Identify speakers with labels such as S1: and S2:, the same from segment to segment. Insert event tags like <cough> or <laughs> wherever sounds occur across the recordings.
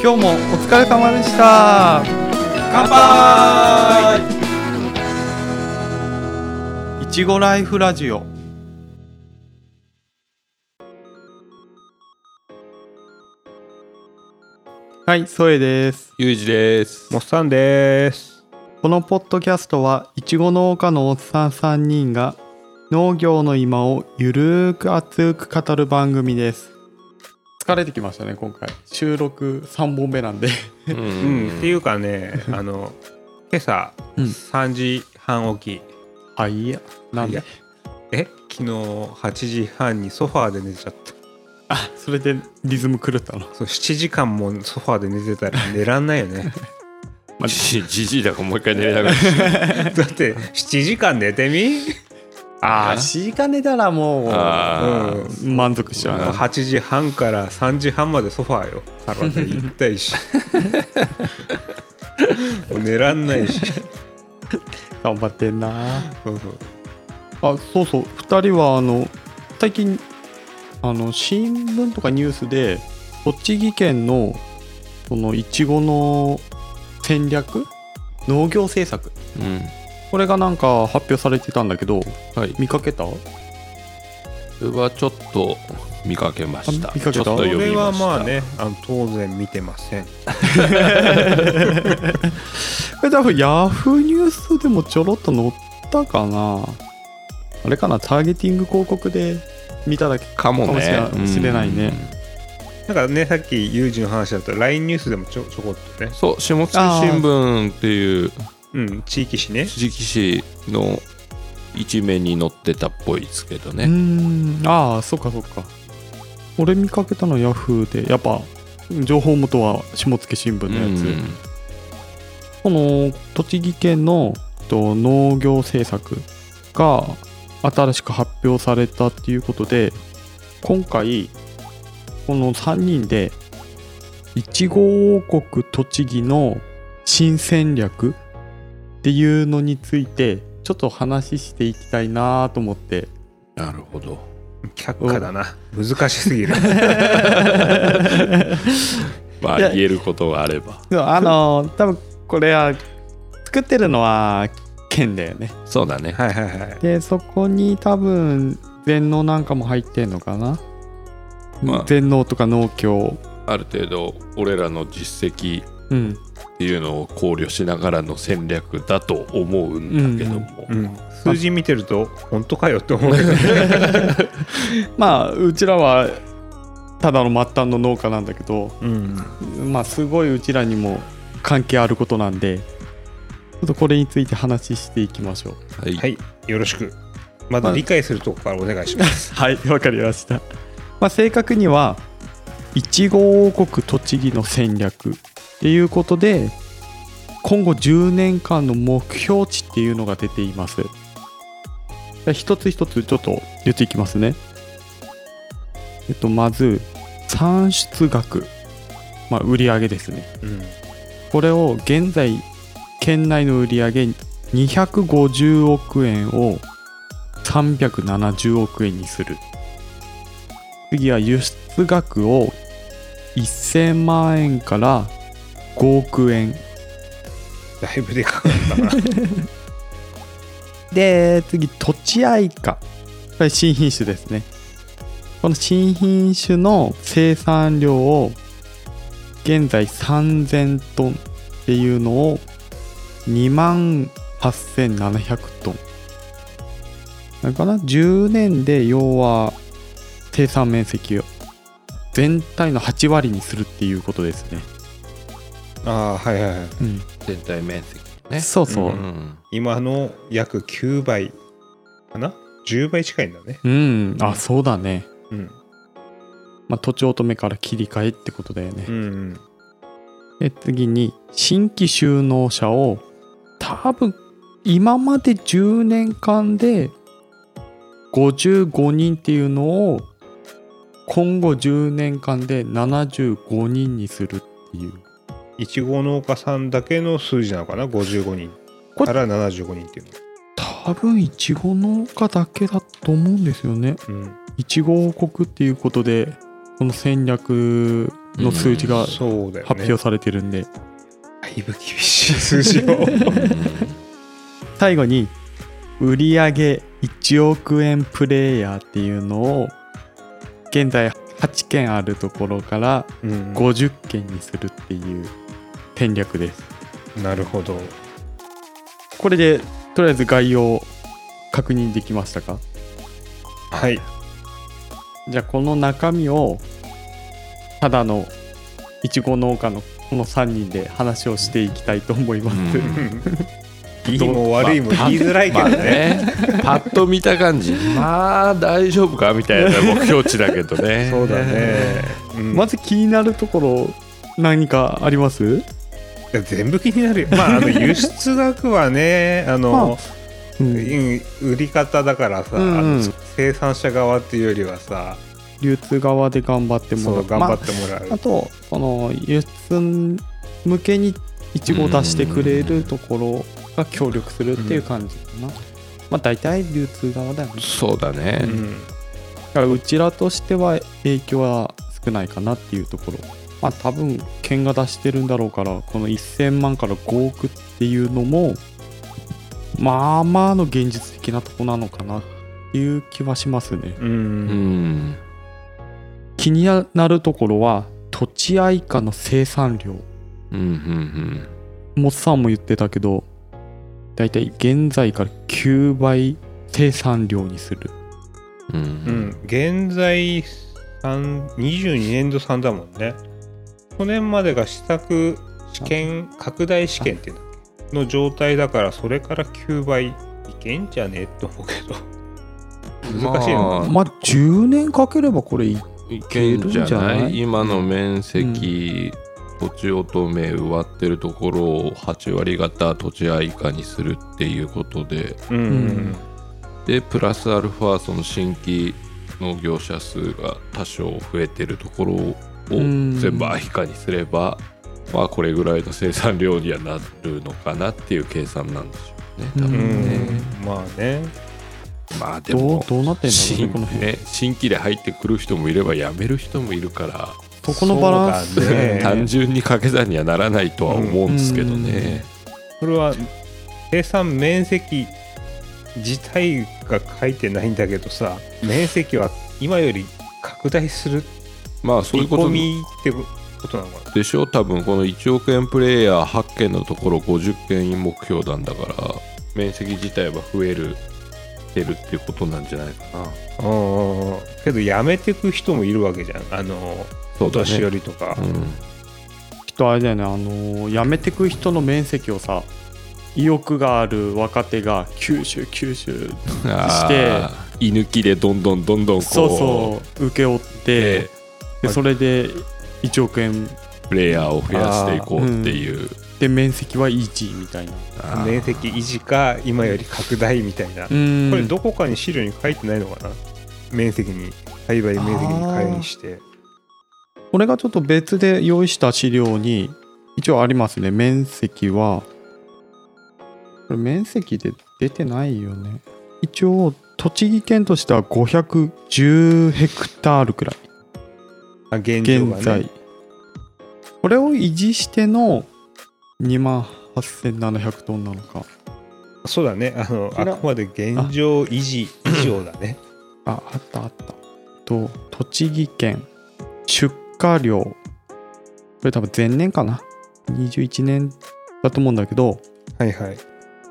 S1: 今日もお疲れ様でした乾杯いちごライフラジオはい、ソエです
S2: ゆうじです。
S3: もっさんです。
S1: このポッドキャストはいちご農家のおっさん3人が農業の今をゆるーく熱く語る番組です疲れてきましたね今回収録3本目なんで
S2: う
S3: うん、って
S2: ん。
S3: いうかね、あの、今朝
S1: うん
S3: 3時半起き。
S1: あいやなんで
S3: え昨日8時半にソファーで寝ちゃった。
S1: あそれでリズム狂ったの、
S3: そう7時間もソファーで寝てたら寝らんないよね。
S2: じじじいだからもう一回寝れなくなっちゃう
S3: だって7時間寝てみ
S1: ああしがねだらもう
S2: あ
S3: ー
S1: うん満足しちゃうな
S3: ?8 時半から3時半までソファーよ。サラダ行ったいし。 <laughs> もう寝らんないし。
S1: 頑張ってんな
S3: そうそう
S1: あそうそう2人はあの最近あの新聞とかニュースで栃木県のそのいちごの戦略農業政策
S2: うん。
S1: これがなんか発表されてたんだけど
S2: はい。
S1: 見かけた
S2: それはちょっと見かけました。
S1: あ見かけた
S2: ちょっと
S3: こ
S2: 読みま
S3: れ
S2: した。
S3: はまあね、あの当然見てません。
S1: これ多分ヤフーニュースでもちょろっと載ったかなあれかなターゲティング広告で見ただけ
S2: かもね。
S1: かもしれないね
S2: うん
S3: なんかね、さっきユージの話だと LINE ニュースでもちょちょこっとね、
S2: そう、下関新聞っていう
S3: うん、地域紙ね。
S2: 地域紙の一面に載ってたっぽいですけど
S1: う
S2: ね。
S1: ーんああそっかそっか俺見かけたのヤフーでやっぱ情報元は下野新聞
S2: う
S1: のやつ、
S2: ん
S1: この栃木県のえっと農業政策が新しく発表されたっていうことで今回この3人でいちご王国栃木の新戦略っていうのについてちょっと話していきたいなと思って
S2: なるほど。
S3: 却下だな。難しす <laughs> ぎる。
S2: まあ
S1: いや
S2: 言えることがあれば。
S1: そうあのー多分これは作ってるのは県だよね
S2: そうだね。
S3: はいはいはい。
S1: でそこに多分全農なんかも入ってんのかな、
S2: まあ
S1: 全農とか農協
S2: ある程度俺らの実績
S1: うん
S2: っていうのを考慮しながらの戦略だと思うんだけども、
S3: うん、数字見てると、本当かよって思うけど、ね、
S1: まあうちらはただの末端の農家なんだけど
S3: うん。
S1: まあすごいうちらにも関係あることなんでちょっとこれについて話していきましょう
S2: はい、
S3: はい、よろしく。まず理解するとこからお願いします。
S1: はい、わかりました。まあ、正確には、いちご王国栃木の戦略っていうことで、今後10年間の目標値っていうのが出ています。じゃあ一つ一つちょっと言っていきますね。えっと、まず、産出額。まあ、売上ですね。
S3: うん。
S1: これを現在県内の売り上げ250億円を370億円にする次は輸出額を1000万円から5億円
S3: だいぶでかかったな。
S1: で次土地愛花これ新品種ですねこの新品種の生産量を現在3000トンっていうのを2万8700トンだから10年で要は生産面積を全体の8割にするっていうことですね、
S3: ああー、はいはいはい。
S2: 全体面積ね
S1: えそうそう、
S3: ん
S2: ん
S3: 今の約9倍かな ?10 倍近いんだね。
S1: うん、あそうだね、
S3: うん。
S1: まあ、土地乙女から切り替えってことだよね、
S3: うん、うん。
S1: で次に新規就農者を多分今まで10年間で55人っていうのを今後10年間で75人にするっていう
S3: いちご農家さんだけの数字なのかな55人
S1: これ
S3: から75人っていう
S1: 多分いちご農家だけだと思うんですよね
S3: の。うん。
S1: いちご王国っていうことでこの戦略の数値が
S3: そうだよね。
S1: 発表されてるんで、
S3: だいぶ厳しい数字 <laughs> を。
S1: 最後に売上1億円プレイヤーっていうのを現在8件あるところから
S3: うん
S1: 50件にするっていう戦略です
S3: なるほど。
S1: これでとりあえず概要確認できましたか
S3: はい。
S1: じゃあこの中身をただのいちご農家のこの3人で話をしていきたいと思います、
S2: うん
S3: <laughs> いいも悪いも言いづらいけど
S2: まあ
S3: ね。
S2: ね、パッと見た感じ、まあ大丈夫かみたいな目標値だけどね。
S3: そうだね。うん
S1: まず気になるところ何かあります
S3: いや全部気になるよ。ま
S1: <laughs>
S3: あ、あの輸出額はね、あの、
S1: うん
S3: うん売り方だからさ、
S1: うんうん
S3: あの生産者側っていうよりはさ、
S1: 流通側で頑張っても
S3: そ
S1: ら
S3: う頑張
S1: ま
S3: ってもらう。
S1: あ、あとその輸出向けにいちごを出してくれるところが協力するっていう感じかな、まあ大体流通側だよね
S2: そうだね。
S3: うん
S1: だからうちらとしては影響は少ないかなっていうところまあ多分県が出してるんだろうからこの1000万から5億っていうのもまあまあの現実的なとこなのかなっていう気はしますね
S3: う
S2: うんん。
S1: 気になるところは土地愛花の生産量
S2: うんうんうん。
S1: もっさんも言ってたけどだいたい現在から9倍生産量にする
S2: う。
S3: うんん、現在三22年度産だもんね去年までが試作試験拡大試験っていうんだっけの状態だからそれから9倍いけんじゃねえと思うけど難しい
S2: ま
S3: の
S2: あ
S1: まあ10年かければこれい
S2: いけんじゃ
S1: いけるんじゃ
S2: ない
S1: ない
S2: 今の面積、土地乙女植わってるところを8割方土地愛以下にするっていうことで
S3: うん
S1: うん
S2: でプラスアルファその新規農業者数が多少増えてるところを
S1: うん
S2: 全部愛以下にすれば、まあこれぐらいの生産量にはなるのかなっていう計算なんでしょうね多
S3: うん、
S2: 分
S1: う
S2: ね、
S3: まあね
S2: まあで
S1: どう
S2: も
S1: どうなってんだろうね
S2: 新
S1: この辺
S2: ね新規で入ってくる人もいれば辞める人もいるから。
S1: そこのバランス
S3: そうだね
S2: <laughs> 単純に掛け算にはならないとは思うんですけどね。
S3: これは生産面積自体が書いてないんだけどさ面積は今より拡大する
S2: まあそう
S3: 見
S2: いうこと
S3: 込
S2: で
S3: みってことなのか
S2: しょう多分この1億円プレイヤー8件のところ50件目標なんだから面積自体は増えるてるっていうことなんじゃないかな。
S3: なうんうんうんけどやめてく人もいるわけじゃんあの
S2: そ
S3: お
S2: うだ
S3: 年
S2: ね。
S3: 寄りとか
S2: う、ん
S1: きっとあれだよねあのー辞めてく人の面積をさ意欲がある若手が吸収吸収
S2: あー居抜きでどんどんどんどんこう
S1: そうそう請け負って、
S2: え
S1: でそれで1億円
S2: ープレイヤーを増やしていこうっていう。
S1: で面積は1みたいな
S2: あー
S3: 面積維持か今より拡大みたいな、
S1: ん
S3: これどこかに資料に書いてないのかな面積に栽培面積に改変して
S1: これがちょっと別で用意した資料に一応ありますね面積はこれ面積で出てないよね一応栃木県としては510ヘクタールくらい
S3: あ現状が
S1: 現在、
S3: ね
S1: これを維持しての2万8700トンなのか
S3: そうだねあの
S1: こ
S3: あ
S1: れは
S3: くまで現状維持以上だ
S1: <coughs>
S3: ね
S1: ああったあったと栃木県出荷量これ多分前年かな21年だと思うんだけど
S3: はいはい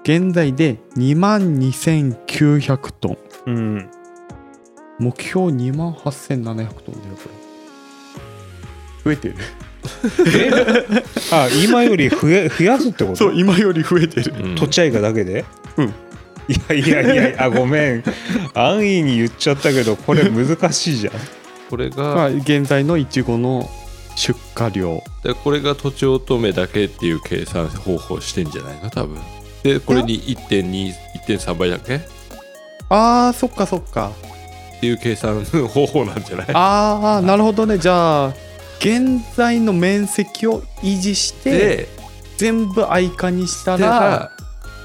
S1: 現在で2万2900トン
S3: うん
S1: 目標2万8700トンだよこれ増えてる
S3: あ今より増
S1: <laughs>
S3: え増やすってこと
S1: そう今より増えてる
S2: うん
S3: とっちゃいがだけで
S1: うん
S3: いやいやいやいやあごめん安易に言っちゃったけどこれ難しいじゃん
S2: これが、
S1: まあ現在のいちごの出荷量
S2: でこれが土地乙女だけっていう計算方法してんじゃないの多分でこれに1.21.3倍だっけっ
S1: あーそっかそっか
S2: ていう計算方法なんじゃない
S1: ああなるほどねじゃあ現在の面積を維持して
S2: で
S1: 全部愛化にした
S2: ただ
S1: ら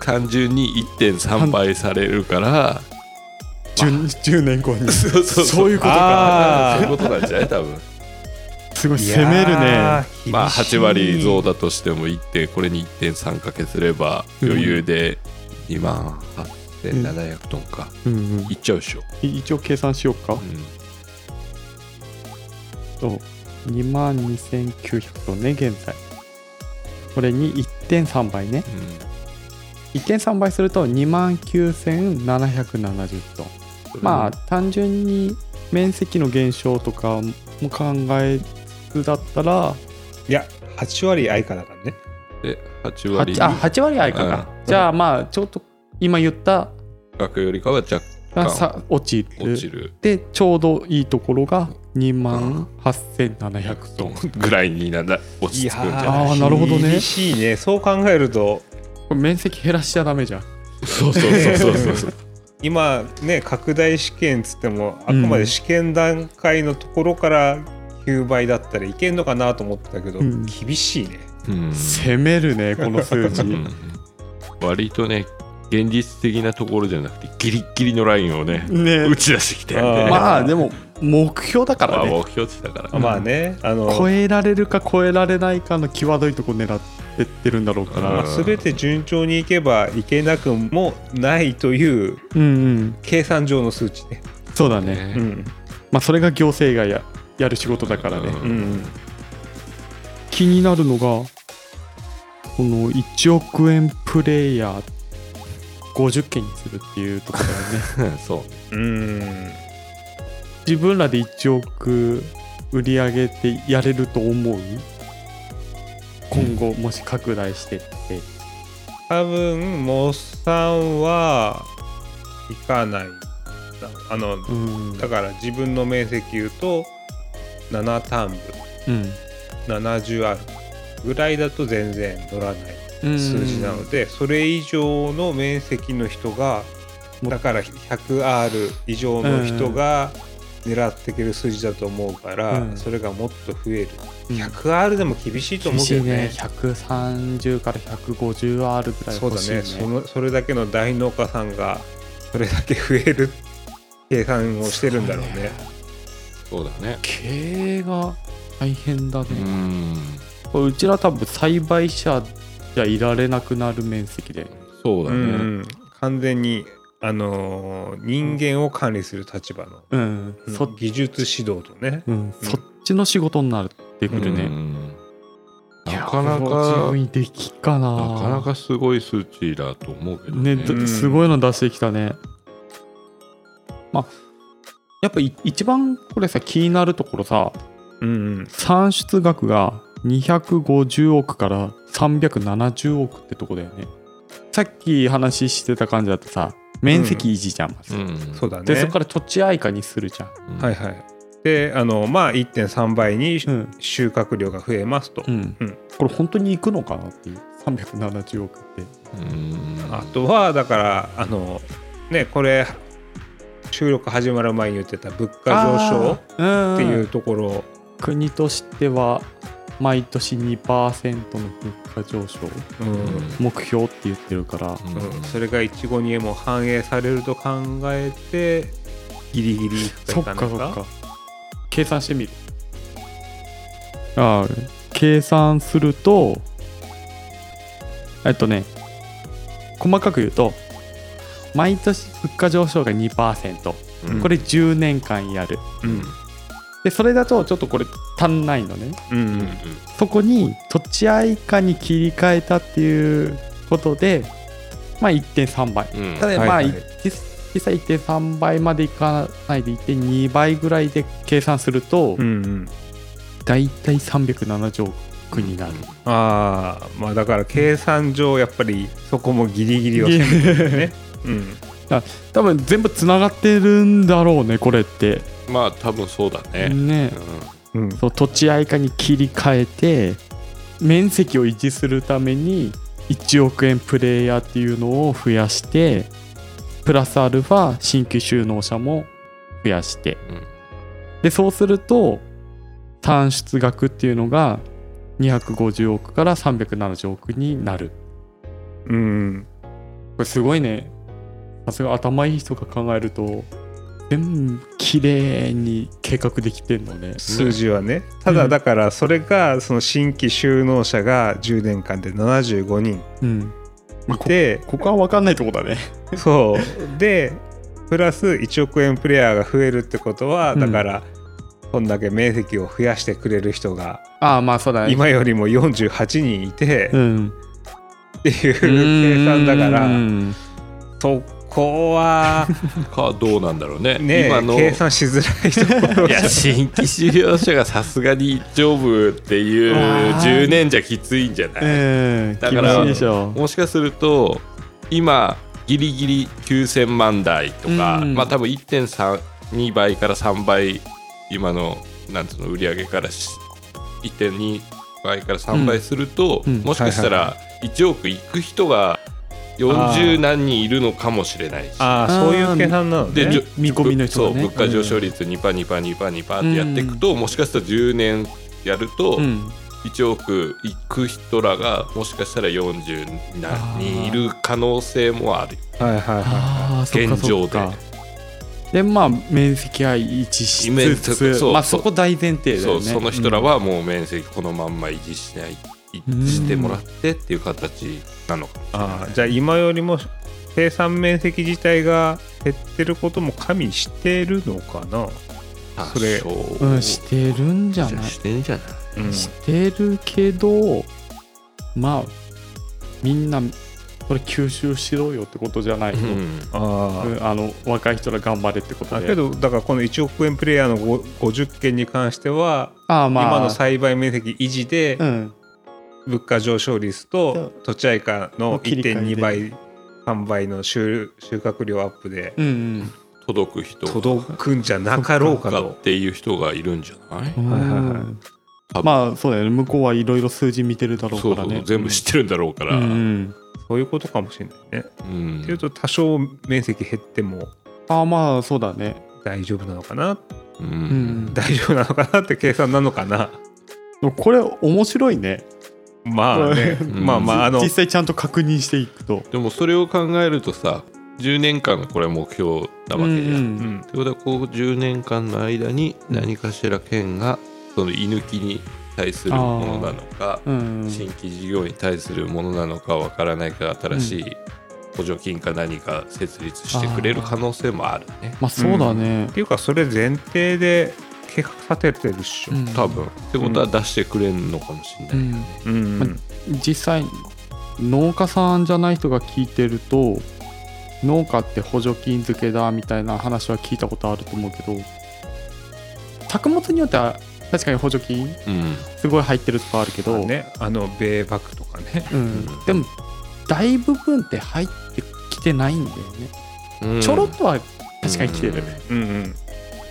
S2: 単純に1.3倍されるから
S1: 10, 10年後に
S2: そ
S1: <laughs>
S2: う
S1: そういうこと
S3: か
S1: <laughs>
S2: そういうことなんじゃない多分
S1: すごい <laughs> 攻める
S3: いや
S1: ね。
S3: ー。
S2: まあ
S3: 厳しい
S2: 8割増だとしても1点これに1.3かけすれば余裕で2万8700トンか、
S1: うんうん
S2: いっちゃうでしょ、
S1: い一応計算しようか。
S2: う
S1: と2万2900トンね現在これに1.3倍ね
S2: んうん
S1: 1.3倍すると2万9770トンまあ単純に面積の減少とかも考えつつだったら
S3: いや、8割愛かだからね。
S2: で8割
S1: 8あ8割合いかな、
S2: う
S1: じゃあまあちょっと今言った
S2: 額よりかは若
S1: あ
S2: 干
S1: さ落ちる
S2: 落ちる
S1: でちょうどいいところが2万8700トン、
S2: ぐらいになんだ落ち着くんじゃない
S1: あーなるほどね
S3: 厳しいね。そう考えると、
S1: これ面積減らしちゃダメじゃん
S2: そうそうそうそうそうそう
S3: 今ね、拡大試験つっても、あくまで試験段階のところから9倍だったらいけんのかなと思ってたけど、
S1: うん
S3: 厳しいね。
S1: <laughs>
S2: うん
S1: 攻めるねこの数
S2: う
S1: 字
S2: ん割とね現実的なところじゃなくてギリッギリのラインをね
S1: ね
S2: 打ち出してきて、
S3: あー
S2: ね、
S1: まあでも目標だから
S2: まあ
S1: ね
S2: 目標値だから、
S3: まあね、あの、
S1: 超えられるか超えられないかの際どいとこ狙ってってるんだろうか
S3: ま
S1: ら
S3: あ、全て順調にいけばいけなくもないという
S1: うんうん
S3: 計算上の数値ね。
S1: そうだね
S2: ね
S3: うん
S1: まあそれが行政がややる仕事だからね、
S2: うん
S3: うん
S1: 気になるのがこの1億円プレイヤー50件にするっていうところだよね
S2: <laughs> そう
S3: うん
S1: 自分らで1億売り上げてやれると思う今後もし拡大してって、
S3: 多分モッさんは行かないあの
S1: うん
S3: だから自分の面積言うと7単分
S1: うん
S3: 70あるぐらいだと全然乗らない数字なのでそれ以上の面積の人が
S1: も
S3: だから 100R 以上の人が狙っていける数字だと思うから、
S1: うん
S3: それがもっと増える
S1: うん
S3: 100R でも厳しいと思うけどね
S1: 130から 150R ぐらい
S3: そう
S1: 欲
S3: だ
S1: しい、
S3: ね
S1: ね、
S3: そのそれだけの大農家さんがそれだけ増える計算をしてるんだろうね
S2: そうだね
S1: 経営が大変だね
S2: う、ん
S1: これうちら多分栽培者じゃいられなくなる面積で
S2: そうだ
S3: う
S2: ね、
S3: ん完全にあのー人間を管理する立場の、
S1: うん、そ
S3: 技術指導とね
S1: うん、そっちの仕事になってくるね、
S2: ん
S1: いや
S2: なかな
S1: これ自
S2: か
S1: 分にできっかな
S2: なかなかすごい数値だと思うけどね
S1: ねだ
S3: うん
S1: すごいの出してきたね、まあやっぱい一番これさ気になるところさ
S3: うん
S1: 産出額が250億から370億ってとこだよねさっき話してた感じだとさ面積維持じゃん、まず
S2: うん
S3: そうだね
S1: でそこから土地愛化にするじゃん、
S2: うん
S3: はいはいであのまあ1.3倍に
S1: うん
S3: 収穫量が増えますと、
S1: うん
S3: うん
S1: これ本当に行くのかなっていう370億って
S2: うん
S3: あとはだからあのねこれ収録始まる前に言ってた物価上昇
S1: 昇
S3: っていうところを
S1: 国としては毎年2%の物価上昇
S3: うん
S1: 目標って言ってるから
S2: うん
S3: うんそれがいちごにも反映されると考えてギリギリいく
S1: そっ
S3: か
S1: か
S3: い
S1: そ
S3: か
S1: っ
S3: ないか
S1: か計算してみるああ計算するとえっとね細かく言うと毎年物価上昇が2%、
S2: うん
S1: これ10年間やる
S3: うん
S1: でそれだとちょっとこれ足んないのね
S3: う
S2: うんん
S1: そこに土地愛化に切り替えたっていうことでまあ1.3倍
S2: うん
S1: ただまあ、
S3: はいはい
S1: い実実際1.3倍までいかないで1.2倍ぐらいで計算すると、
S3: うんうん
S1: だいたい370億になる、
S3: ああまあだから計算上やっぱりそこもギリギリを攻めてるねうん
S1: 多分全部つながってるんだろうねこれって
S2: まあ多分そうだね
S1: ね
S3: うん
S1: そう土地愛化に切り替えて面積を維持するために1億円プレイヤーっていうのを増やしてプラスアルファ新規収納者も増やして
S2: うん
S1: でそうすると単出額っていうのが250億から370億になる
S3: うん
S1: これすごいねさすが頭いい人が考えると全部綺麗に計画できてんのね
S3: 数字はねただだからそれがその新規就農者が10年間で75人
S1: うんまあ
S3: いて
S1: ここは分かんないとこだね
S3: <laughs> そうでプラス1億円プレイヤーが増えるってことは
S1: うん
S3: だから、こんだけ面積を増やしてくれる人が
S1: ああまあそうだね
S3: 今よりも48人いて
S1: うん
S3: っていう計算だから
S1: うん
S3: そこは
S2: かどうなんだろうね
S3: ね
S2: 今の
S3: 計算しづらいところ
S2: いや新規就業者がさすがに一丁部っていう
S1: あー
S2: 10年じゃきついんじゃない、
S1: うん
S2: だ
S1: 厳
S2: から
S1: しいでしょ
S2: もしかすると今ギリギリ9000万台とか、
S1: うん
S2: まあ多分1.32倍から3倍今のなんつうの売り上げからし1.2倍から3倍すると、
S1: うんうん
S2: もしかしたら1億いく人が40何人いるのかもしれないし。
S3: ああそういう計算なのね
S2: でじょ
S1: 見込みの人がね
S2: そう物価上昇率2パ2パ2パ2パってやっていくと、もしかしたら10年やると、
S1: うん
S2: 1億いく人らがもしかしたら40何人いる可能性もある
S3: はいはいはいは
S1: ああそっか
S2: 現
S1: そ
S2: 状で
S1: っかでまあ面積は一致し
S2: 面
S1: つ
S2: 積
S1: つ
S2: そう
S1: まあそ
S2: そ
S1: うこ大前提だ
S2: そ
S1: よ
S2: う
S1: ね
S2: その人らはもう面積このまんま維持しない維持してもらってっていう形なのか
S3: いああじゃあ今よりも生産面積自体が減ってることも加味してるのかな、
S2: な
S3: それ
S2: 多
S1: う
S2: 少
S1: ん、うんしてるんじゃない
S2: してんじゃない
S3: うん
S1: してるけどまあみんなこれ吸収しろよってことじゃないの、うん
S3: ああ
S1: あの若い人ら頑張れってこと
S3: だ
S1: で
S3: けどだからこの1億円プレイヤーのご50件に関しては、
S1: ああまあ
S3: 今の栽培面積維持で
S1: うん
S3: 物価上昇率と土地相価の
S1: 切り替えで
S3: 1.2倍3倍の収収穫量アップで
S1: うんうん
S2: 届く人が
S3: 届くんじゃなかろうか
S2: か
S3: と
S2: っ。ていう人がいるんじゃない、
S3: はいはいはい
S1: うん
S2: 多分
S1: まあそうだよね向こうはいろいろ数字見てるだろ
S2: そうう
S1: か
S2: そ
S1: ら
S2: う
S1: ね
S2: 全部知ってるんだろうから、
S1: うんうん
S3: そういうことかもしれないね。
S2: うん
S3: っていうと多少面積減っても
S1: ああまあそうだね
S3: 大丈夫なのかな <laughs>
S2: うん
S1: うん
S3: 大丈夫なのかなって計算なのかな。
S1: でもこれ面白いね
S3: まあね、
S2: ん
S3: まあまああの
S1: 実際ちゃんと確認していくと
S2: でもそれを考えるとさ10年間がこれは目標なわけじゃん、
S1: う
S2: っ
S1: んう
S3: う
S1: ん
S3: ん
S2: てことはこう10年間の間に何かしら県がその居抜きに対するものなのか
S1: うん
S2: 新規事業に対するものなのかわからないから新しい補助金か何か設立してくれる可能性もあるね、
S1: まあそうだね
S3: っ、ていうかそれ前提で計画立ててるっしょ。
S1: うん
S2: 多分ってことは出してくれるのかもしれないよね、
S3: うんうん
S1: 実際農家さんじゃない人が聞いてると農家って補助金付けだみたいな話は聞いたことあると思うけど作物によっては確かに補助金
S2: うん
S1: すごい入ってるとかあるけど、
S3: ね、あの米幕とかね、
S1: うん、でも大部分って入ってきてないんだよね、
S2: うん
S1: ちょろっとは確かに来てる、
S3: うんうん、い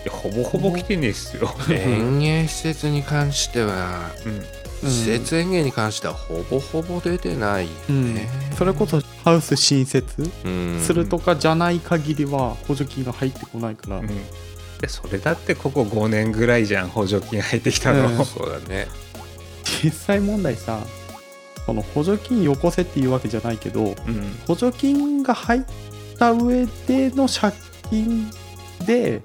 S3: やほぼほぼ来てねえっすよ、
S2: 園芸施設に関しては
S3: うん、
S1: うん
S2: 施設園芸に関してはほぼほぼ出てないよね、
S1: それこそハウス新設
S2: うん
S1: するとかじゃない限りは補助金が入ってこないから、
S3: うん、でそれだってここ5年ぐらいじゃん補助金入ってきたの、
S1: うん
S2: そうだね
S1: 実際問題さこの補助金よこせっていうわけじゃないけど
S3: うん
S1: 補助金が入った上での借金で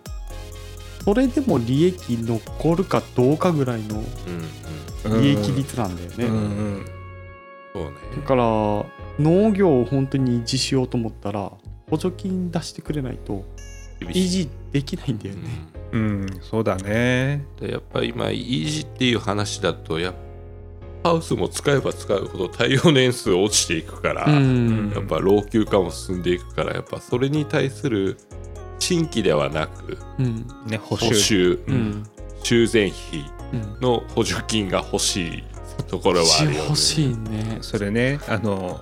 S1: それでも利益残るかどうかぐらいの
S2: うんうん
S3: うん
S1: 利益率なんだよね、
S3: うんうん
S2: そうね
S1: だから農業を本当に維持しようと思ったら補助金出してくれないと維持できないんだよ
S2: う
S1: ね、
S2: ん
S3: うん、そうだね
S2: でやっぱり今維持っていう話だとやっハウスも使えば使うほど耐用年数落ちていくから、
S1: うん
S2: やっぱ老朽化も進んでいくからやっぱそれに対する新規ではなく
S1: うん
S3: ね補
S2: 補
S3: 修
S2: 修
S1: うんうん
S2: 修繕費の補助金が欲しいところはあるよ、ね、
S1: 欲しいね
S3: それねあの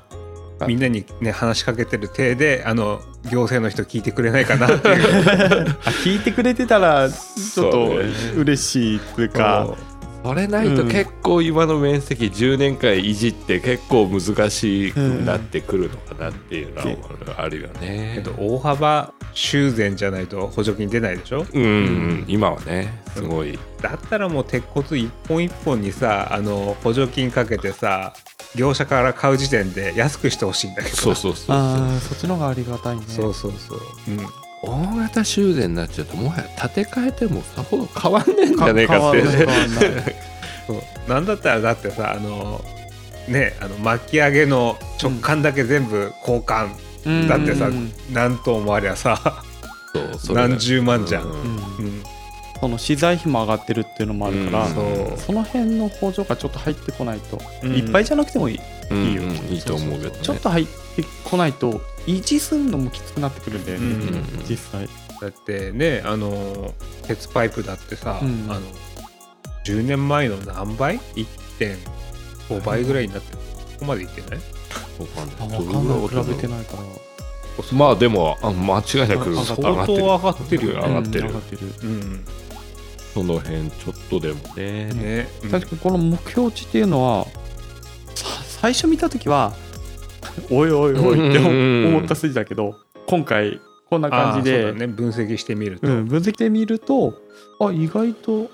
S3: みんなにね話しかけてる体であの行政の人聞いてくれないかなって
S2: <laughs>
S3: いう
S1: あ聞いてくれてたらちょっと
S2: そうね
S1: 嬉しいというか
S2: それないと
S1: うん
S2: 結構今の面積10年間維持って結構難しくなってくるのかなっていうのは俺はあるよ
S3: け
S2: ね
S3: ど。大幅修繕じゃないと補助金出ないでしょ
S2: うん、うん、今はねすごい、
S3: だったらもう鉄骨一本一本にさあの補助金かけてさ業者から買う時点で安くしてほしいんだけど
S2: そうそうそうそう
S1: あーそっちの方がありがたいね
S3: そうそうそう、うん、
S2: 大型修繕になっちゃうともはや建て替えてもさほど変わんねえんじ
S1: か
S2: ゃねえかっ
S1: 変わ
S2: て
S1: らない変わらない
S3: そうなんだったらだってさあのねあの巻き上げの直感だけ全部交換、
S2: <laughs>
S1: うん
S3: だってさ
S1: うん
S3: 何頭もありゃさ、
S2: そうそれが
S3: 何十万じゃん
S2: う
S3: うん
S1: その資材費も上がってるっていうのもあるから、
S2: うん
S3: そう
S1: その辺の補助がちょっと入ってこないと、
S3: うん
S1: いっぱいじゃなくてもいい
S2: うん
S1: いいよ
S2: うんいいと思うけどね
S1: ちょっと入ってこないと維持するのもきつくなってくるんだよね、
S3: うん
S1: 実際
S3: だってねあの鉄パイプだってさ、
S1: うん
S3: あの10年前の何倍 ?1.5 倍ぐらいになってる、ここまでいってない
S2: わかんない
S1: あ
S2: どれ
S1: 分
S2: ぐ
S1: かんないい
S2: らだろう
S1: 比べてないから
S2: まあでもあ間違いなく
S1: 上がって
S2: 上
S1: る
S2: がっ
S3: 相当
S2: てる
S3: 上がってるよ
S2: 上がってる
S1: うん上がってる
S3: うん
S2: その辺ちょっとでもね
S3: ね、うん
S1: 確かにこの目標値っていうのはさ最初見た時は <laughs> おいおいおいって
S2: うんうんうん
S1: 思った筋だけど今回こんな感じ
S3: あー
S1: で
S3: そうだね分析してみると、
S1: うん、分析で見るとあ意外と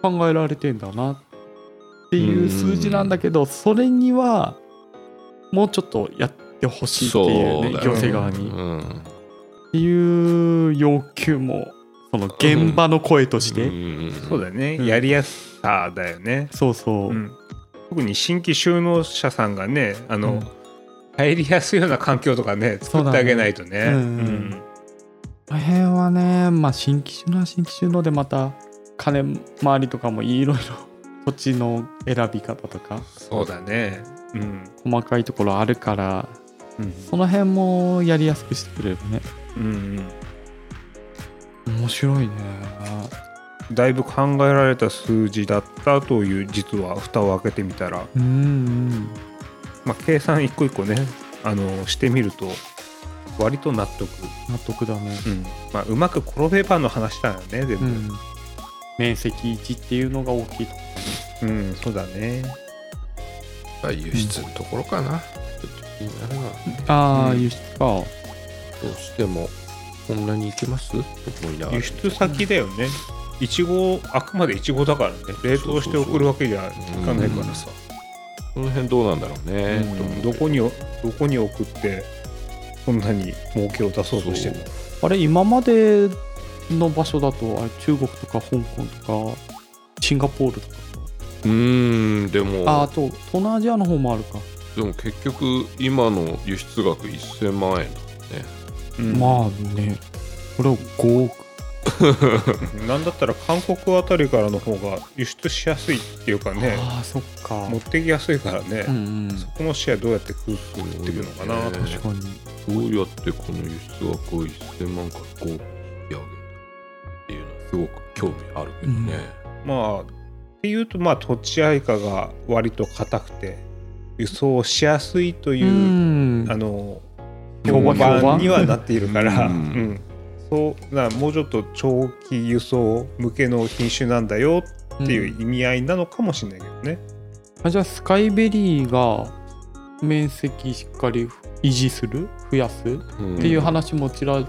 S1: 考えられてんだなっていう数字なんだけど、それにはもうちょっとやってほしいっていう,、ね
S2: そうだよね
S1: 行政側
S2: う
S1: に、っ
S2: ん
S1: ていう要求もその現場の声として、
S2: うん
S3: そうだね、
S1: うん
S3: やりやすさだよね、
S1: そうそう、
S3: うん特に新規収納者さんがねあの、
S1: うん
S3: 入りやすいような環境とかね
S1: そう
S3: 作
S1: だ
S3: っ
S1: ね
S3: てあげないとね
S1: うんこの辺はね、まあ、新規収納は新規収納でまた金回りとかもいろいろ土地の選び方とか
S3: そうだねうん、
S1: 細かいところあるから
S3: うん
S1: その辺もやりやすくしてくれればね
S3: うん
S1: 面白いね
S3: だいぶ考えられた数字だったという実は蓋を開けてみたら、
S1: うんうん
S3: まあ、計算一個一個ねあのしてみると割と納得、
S1: 納得だね
S3: うんまあ、うまく転べばの話だよね全部、
S1: うん面積1っていうのが大きいと
S3: うん、そうだね
S2: まあ輸出のところかな、ちょっと気になるな
S1: ああ、
S3: うん
S1: 輸出か
S2: どうしてもこんなに行きますと思いながら
S3: 輸出先だよねいちごあくまでいちごだからね冷凍して送るわけじゃいかないからさ、
S2: その辺どうなんだろうね、と思う
S3: う
S2: ん
S3: どこにどこに送ってこんなに儲けを出そうとしてるの
S1: あれ今までの場所だとあれ中国とか香港とかシンガポールとか
S2: うーんで
S1: ああ
S2: も
S1: と東南アジアの方もあるか
S2: でも結局今の輸出額1000万円
S3: うん
S1: まあね、これを5億。
S3: なんだったら韓国あたりからの方が輸出しやすいっていうかね
S1: ああ、そっか
S3: 持ってきやすいからね、
S1: うんうん、
S3: そこのシェアどうやって工夫するっていくのかな、
S2: そう
S1: 確かに。
S2: どうやってこの輸出額を1000万から5億引き上げたっていうのはすごく興味あるけどね、
S3: まあっていうとまあ土地愛価が割と硬くて輸送しやすいという、
S1: ん
S3: あの
S1: 評判
S3: 評判にはなっているから、
S2: う
S3: うんんそうなもうちょっと長期輸送向けの品種なんだよっていう意味合いなのかもしれないけどね。
S1: あじゃあ、スカイベリーが面積しっかり維持する増やすっ
S2: うん
S1: ていう話もちらっと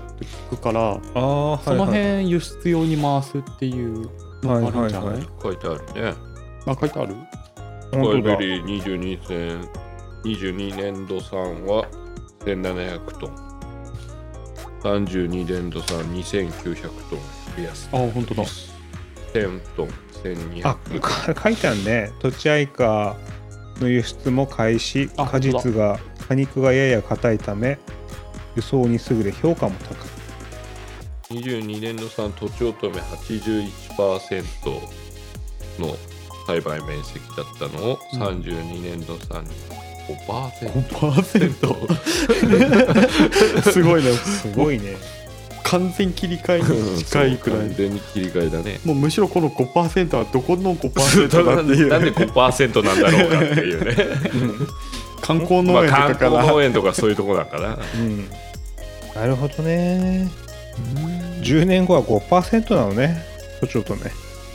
S1: 聞くから、
S3: ああは
S1: その辺輸出用に回すっていう
S3: は
S1: のがあるんじゃない、
S2: 書いてあるね
S1: あ、書いてある
S2: スカイ
S3: 本
S2: ベ
S3: 当だ。
S2: リー22 22年度産は1700トン32年度産2900トン増やす
S1: あ、本当だ。
S2: 1000トン1200
S3: あか書いてあるね土地愛価の輸出も開始
S1: あ
S3: 果実が果肉がやや硬いため輸送に優れ評価も高い。
S2: 22年度産とちおとめ81%の栽培面積だったのを
S1: うん
S2: 32年度産に5%
S1: 5%? すごいね。
S3: すごいね。
S1: 完全切り替えに近いくらい
S2: 完。
S3: <laughs>
S2: 全に切り替えだ
S1: <laughs>
S2: ね
S1: もうむしろこの5%はどこの5%だっていう
S2: なんで5%なんだろうかってい
S1: <laughs>
S2: うね
S1: 観光
S2: ま
S1: 農
S2: あ
S1: 園と
S2: 観
S1: かか
S2: 光
S1: ら、
S2: 農園とかそういうとこだから
S3: うん。なるほどね。10年後は5%なのね。ちょっとね。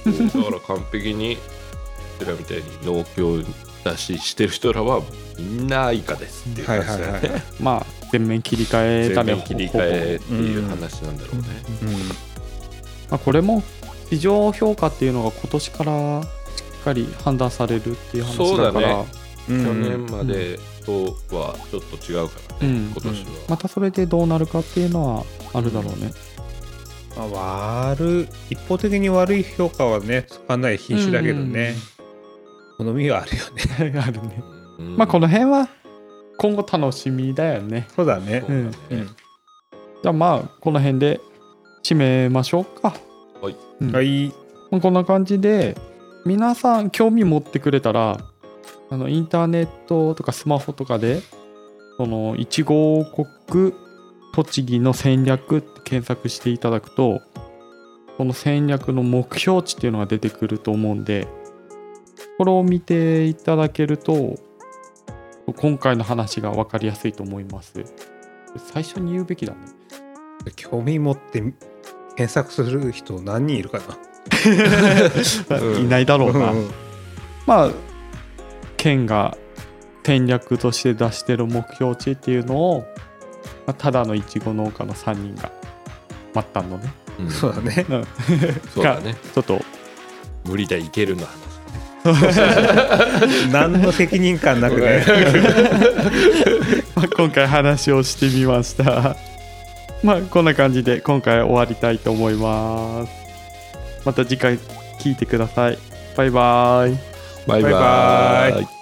S2: だから完璧にうちらみたいに農協出ししてる人らはみんな以下ですっていう
S3: はい
S2: 話
S3: はい
S2: だ
S3: は
S2: よ
S3: い
S2: ね。
S1: まあ全面切り替えだ
S2: 全
S1: ね
S2: 面切り替えっていう話なんだろうね。
S1: ほぼまあ、これも市場評価っていうのが今年からしっかり判断されるっていう話だから
S2: そうだね
S3: 去
S2: 去年までとはちょっと違うからね、
S1: うん
S2: 今年
S1: ま
S2: は、
S1: たそれでどうなるかっていうのはあるだろうね。
S3: まあ、悪い一方的に悪い評価はねつかない品種だけどね、好みはあるよね
S1: あるね。
S2: うん
S1: まあこの辺は今後楽しみだよね。
S3: そうだね
S2: そうだね
S3: うん
S1: じゃあまあこの辺で締めましょうか。うん
S3: はい
S1: まあこんな感じで皆さん興味持ってくれたらあのインターネットとかスマホとかでその1号国栃木の戦略って検索していただくとこの戦略の目標値っていうのが出てくると思うんでこれを見ていただけると今回の話が分かりやすいと思います最初に言うべきだね
S3: 興味持って検索する人何 <laughs> 人いるかな
S1: <laughs> いないだろうな
S3: うん
S1: まあ県が戦略として出してる目標値っていうのを、まあ、ただのいちご農家の3人が待ったのね、
S2: うんそ
S3: そううだね
S1: うん、
S2: そうだね
S1: ちょっと
S2: 無理だいけるの話
S3: 何の責任感なく <laughs> ね
S1: まあ今回話をしてみました <laughs> まあこんな感じで今回終わりたいと思いますまた次回聞いてくださいバイバイ
S2: バイバ
S3: バイバ
S2: ー
S3: ー
S2: イ
S3: イ